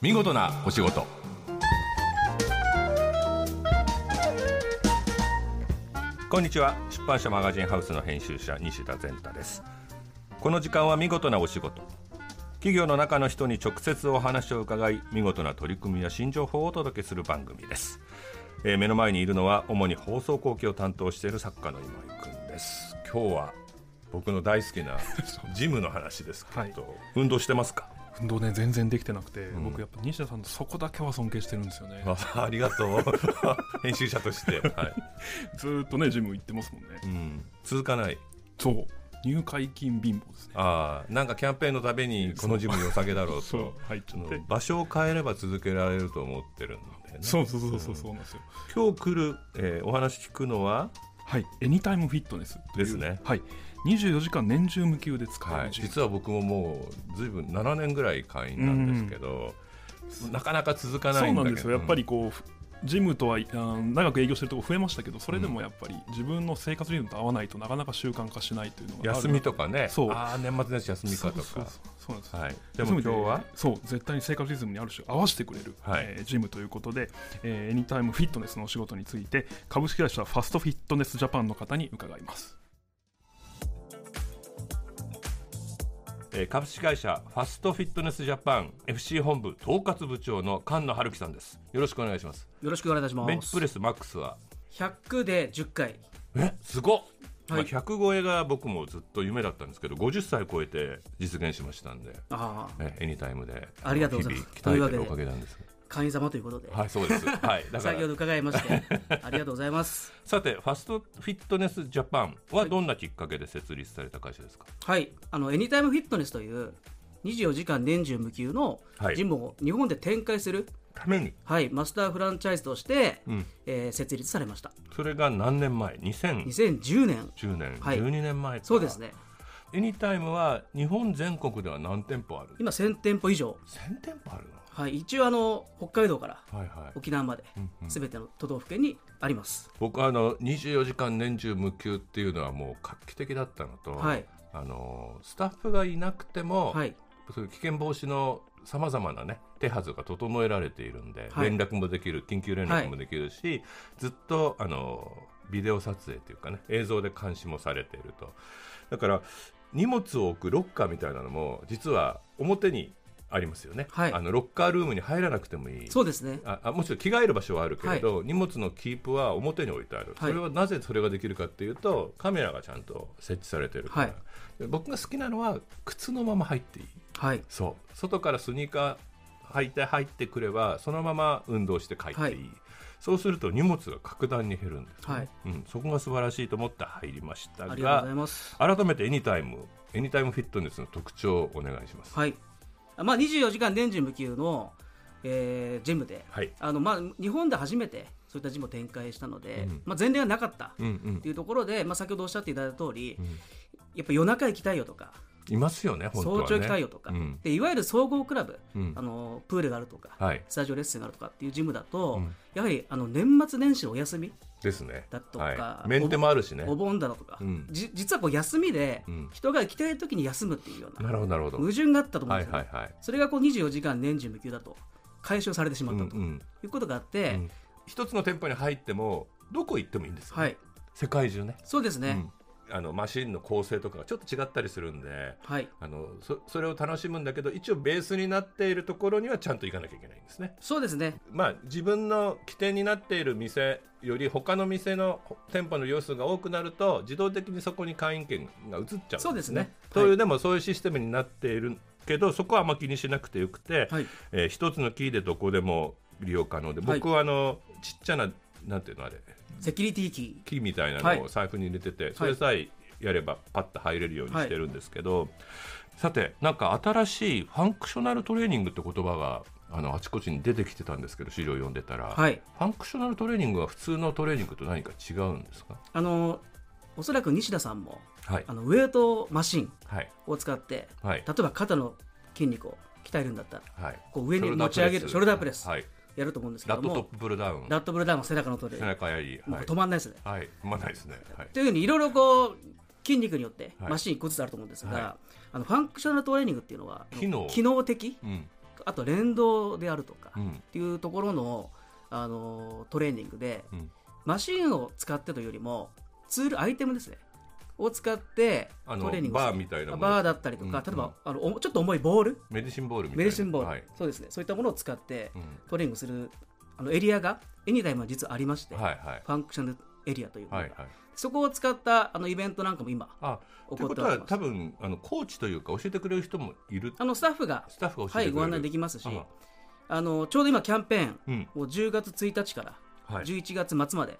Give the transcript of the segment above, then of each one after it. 見事なお仕事こんにちは出版社マガジンハウスの編集者西田善太ですこの時間は見事なお仕事企業の中の人に直接お話を伺い見事な取り組みや新情報をお届けする番組です、えー目の前にいるのは主に放送後期を担当している作家の今井くんです今日は僕の大好きなジムの話ですけど、運動してますか運動ね全然できてなくて、僕やっぱ西田さんとそこだけは尊敬してるんですよね あありがとう編集者として、はいずーっとねジム行ってますもんね、うん、続かないそう入会金貧乏ですねああなんかキャンペーンのためにこのジム良さげだろうそとう入っちゃって、場所を変えれば続けられると思ってるんで、ね、そうそうそうそうそうなんですよ今日来る、えーお話聞くのははいエニタイムフィットネスといでうすねはい24時間年中無休で使えはるい、ジム、実は僕ももうずいぶん7年ぐらい会員なんですけど、なかなか続かなそいうんなだけんどですよやっぱりこうジムとはあー長く営業してるとこ増えましたけどそれでもやっぱり自分の生活リズムと合わないとなかなか習慣化しないというのがある休みとかねそうああ年末年始休みかとそうかそうそうそうなんですよ、はいでも今日はそう絶対に生活リズムにある種合わせてくれる、はいえージムということで、えーエニタイムフィットネスのお仕事について株式会社ファストフィットネスジャパンの方に伺いますえー株式会社ファストフィットネスジャパン FC 本部統括部長の菅野春樹さんですよろしくお願いしますよろしくお願いいたします。ベンチプレスマックスは100で10回。えすごっ、まはあ、い100超えが僕もずっと夢だったんですけど50歳超えて実現しましたんで、ああ、ね、エニタイムでありがとうございますあの日々鍛えてるおかげなんです会員様ということで。はいそう ですはいだか先ほどら伺いまして、ありがとうございます。さてファストフィットネスジャパンはどんなきっかけで設立された会社ですか、はい。あの、エニタイムフィットネスという、24時間年中無休のはいジムを日本で展開する、ためにはい、マスターフランチャイズとして、えー設立されました。それが何年前2010 2010年。年、はい12年前かそうですね。エニタイムは日本全国では何店舗ある今1000店舗以上。 1000店舗あるのはい。一応、あの、北海道からはいはい沖縄まで、すべての都道府県にあります。僕あの24時間年中無休っていうのはもう画期的だったのと、はいあのスタッフがいなくても、はい。そういう危険防止のさまざまな、ね、手はずが整えられているんで、はい連絡もできる緊急連絡もできるし、ずっとあのビデオ撮影というかね映像で監視もされているとだから荷物を置くロッカーみたいなのも実は表にありますよね、はいあのロッカールームに入らなくてもいいそうですね。ああもちろん着替える場所はあるけれど、荷物のキープは表に置いてある、それはなぜそれができるかっていうとカメラがちゃんと設置されてるから、はいで僕が好きなのは靴のまま入っていいはい。そう外からスニーカー履いて入ってくればそのまま運動して帰っていい、はいそうすると荷物が格段に減るんですね、はいうん、そこが素晴らしいと思って入りましたありがとうござがいます。改めてエニタイムエニタイムフィットネスの特徴をお願いします、はい。まあ、24時間年中無休の、えージムで、はいあのまあ、日本で初めてそういったジムを展開したので、まあ、前例がなかったうんうんというところで、まあ、先ほどおっしゃっていただいた通り、やっぱ夜中行きたいよとか、いますよね本当は早ね朝行きたいよとか、うんでいわゆる総合クラブ、うんあのプールがあるとか、はいスタジオレッスンがあるとかっていうジムだと、んやはりあの年末年始のお休みですねだとか、はい、メンテもあるしねお盆だとか、うんじ実はこう休みでうん人が行きたい時に休むっていうようななるほどなるほど矛盾があったと思うはんでいすよねはいはいそれがこう24時間年中無休だと解消されてしまうっんうたとんいうことがあって、うん一つの店舗に入ってもどこ行ってもいいんですよね、はい、世界中ねそうですね、うんあのマシンの構成とかがちょっと違ったりするんではい、あのそそれを楽しむんだけど一応ベースになっているところにはちゃんと行かなきゃいけないんですね。そうですね、まあ、自分の起点になっている店より他の店のほ店舗の様数が多くなると自動的にそこに会員権が移っちゃうんですね。そうですねという、はいでもそういうシステムになっているけどそこはあんま気にしなくてよくて、はいえー一つのキーでどこでも利用可能ではい僕はあの、ちっちゃななんていうのあれセキュリティキキーみたいなはのをい財布に入れてて、それさえやればパッと入れるようにしてるんですけど、さてなんか新しいファンクショナルトレーニングって言葉があのあちこちに出てきてたんですけど資料読んでたら、ー、はい、ファンクショナルトレーニングは普通のトレーニングと何か違うんですかあのおそらく西田さんもはいあのウェイトマシンはいを使って、はい例えば肩の筋肉を鍛えるんだったら、はいこう上に持ち上げるショルダープレスはい、やると思うんですけラどットトッも、ププルダウンラットブルダウン背中のトレ背ーニン中やりグ、もはうい止まんないですね。はい踏まないですねはいというふうにいろいろこう筋肉によってはいマシン一個ずつあると思うんですが、はあのファンクショナルトレーニングっていうのは機能機能的うんあと連動であるとかうっんていうところのあのトレーニングでうんマシンを使ってというよりもツールアイテムですねを使ってあトのレーニングをバーみたいなものバーだったりとか、うん例えばあのおちょっと重いボールメディシンボールみたいなメディシンボール、はいそうですねそういったものを使ってうんトレーニングするあのエリアがエニタイムは実はありまして、はいはいファンクショナルエリアというものはが、いはいそこを使ったあのイベントなんかも今あ起というこっこてとおはります多分あのコーチというか教えてくれる人もいるあのスタッフがスタッフが教はえてくれる、いご案内できますしああのちょうど今キャンペーンうんを10月1日からはい11月末まで、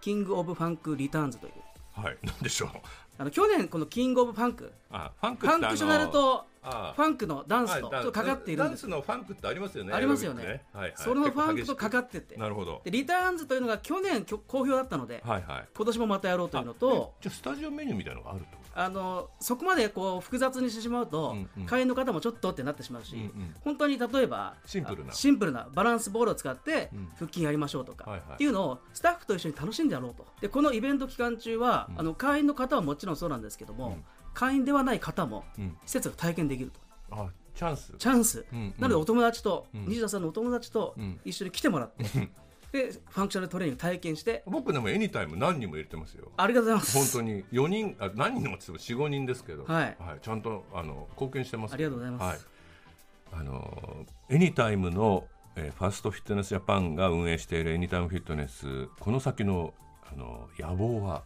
キング・オブ・ファンク・リターンズというはい なんでしょうあの去年このキング・オブ・ファンクあファンクフってあァのンクショナルとあファンクのダンはスいとちょダっとかかっているんでダすンスのファンクってありますよねありますよねエロビックはいはい、そのファンクとかかっっててなるほどでリターンズというのが去年きょ好評だったので、はいはい今年もまたやろうというのとあえじゃあスタジオメニューみたいなのがあるってことあのそこまでこう複雑にしてしまうと、うんうん会員の方もちょっとってなってしまうし、うんうん本当に例えばシンプルなあシンプルなバランスボールを使ってうん腹筋やりましょうとか、はいはいっていうのをスタッフと一緒に楽しんでやろうとでこのイベント期間中は、うんあの会員の方はもちろんそうなんですけども、うん会員ではない方もうん施設が体験できるとあチャンスチャンス、うんうんなのでお友達と、うん西田さんのお友達とうん一緒に来てもらって、でファンクショナルトレーニング体験して僕でもエニタイム何人も入れてますよありがとうございます本当に4人あ何人もって言っても45人ですけど、はいちゃんとあの貢献してますありがとうございます、はい、あのエニタイムの、えーファーストフィットネスジャパンが運営しているエニタイムフィットネスこの先のあの野望は、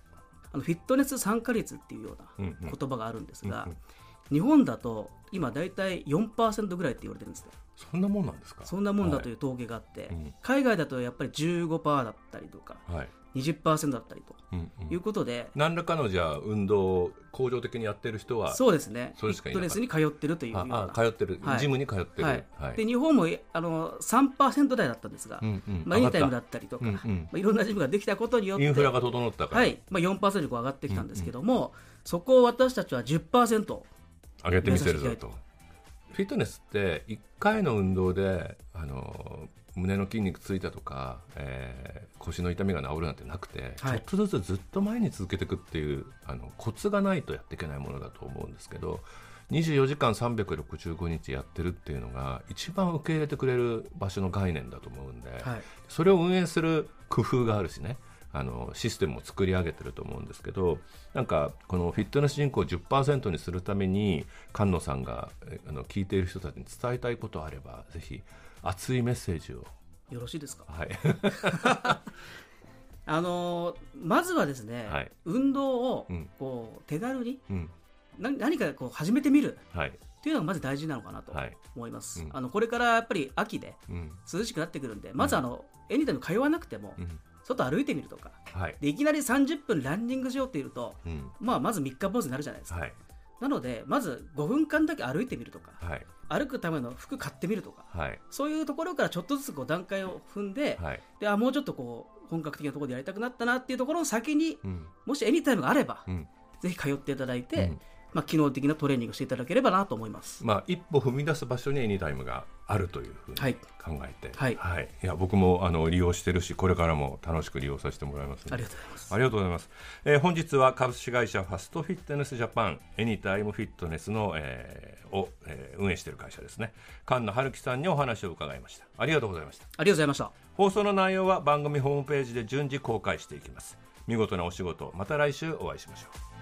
あのフィットネス参加率っていうよううんうんな言葉があるんですが、うんうん日本だと今大体4%ぐらいって言われてるんですねそんなもんなんですかそんなもんだといいう統計があって、うん海外だとやっぱり15%だったりとかう、はい20%だったりとうんうんいうことで、何らかのじゃあ運動を向上的にやってる人はそうですねそフれィしかッいなトかっネたスに通ってるというようあなあ通ってる、はいジムに通ってる、はいはいで日本もあの3%台だったんですが、うんうんまあ、上がっインたタイムだったりとか、うんうんまあ、いろんなジムができたことによってインフラが整ったから、はいまあ、4%にこう上がってきたんですけども、そこを私たちは10%上げてみせるぞ目指してと。フィットネスって1回の運動であの胸の筋肉ついたとか、えー腰の痛みが治るなんてなくて、はいちょっとずつずっと前に続けていくっていうあのコツがないとやっていけないものだと思うんですけど24時間365日やってるっていうのが一番受け入れてくれる場所の概念だと思うんで、はいそれを運営する工夫があるしねあのシステムを作り上げてると思うんですけどなんかこのフィットネス人口を10%にするために菅野さんがえあの聞いている人たちに伝えたいことあればぜひ熱いメッセージを、よろしいですかはい、 あのーまずはですね、はい運動をうんこう手軽にうん何何かこう始めてみるはい、というのがまず大事なのかなとはい思います、うんあのこれからやっぱり秋でうん涼しくなってくるんでまずあの、エニタイム通わなくてもうん、外歩いてみるとかはい、でいきなり30分ランニングしようっていうと、うん、まあ、まず3日坊主になるじゃないですか、はい、なのでまず5分間だけ歩いてみるとかはい、歩くための服買ってみるとかはい、そういうところからちょっとずつこう段階を踏んで,、はい、であもうちょっとこう本格的なところでやりたくなったなっていうところの先にうん、もしエニタイムがあれば、うん、ぜひ通っていただいて、うんまあ、機能的なトレーニングをしていただければなと思います。まあ一歩踏み出す場所にエニタイムがあるというふうにはい考えて、はいい、いや僕もあの利用してるしこれからも楽しく利用させてもらいますのでありがとうございます。ありがとうございます。えー本日は株式会社ファストフィットネスジャパンエニタイムフィットネスの、えーを、えー運営している会社ですね。菅野春樹さんにお話を伺いました。ありがとうございました。ありがとうございました。放送の内容は番組ホームページで順次公開していきます。見事なお仕事、また来週お会いしましょう。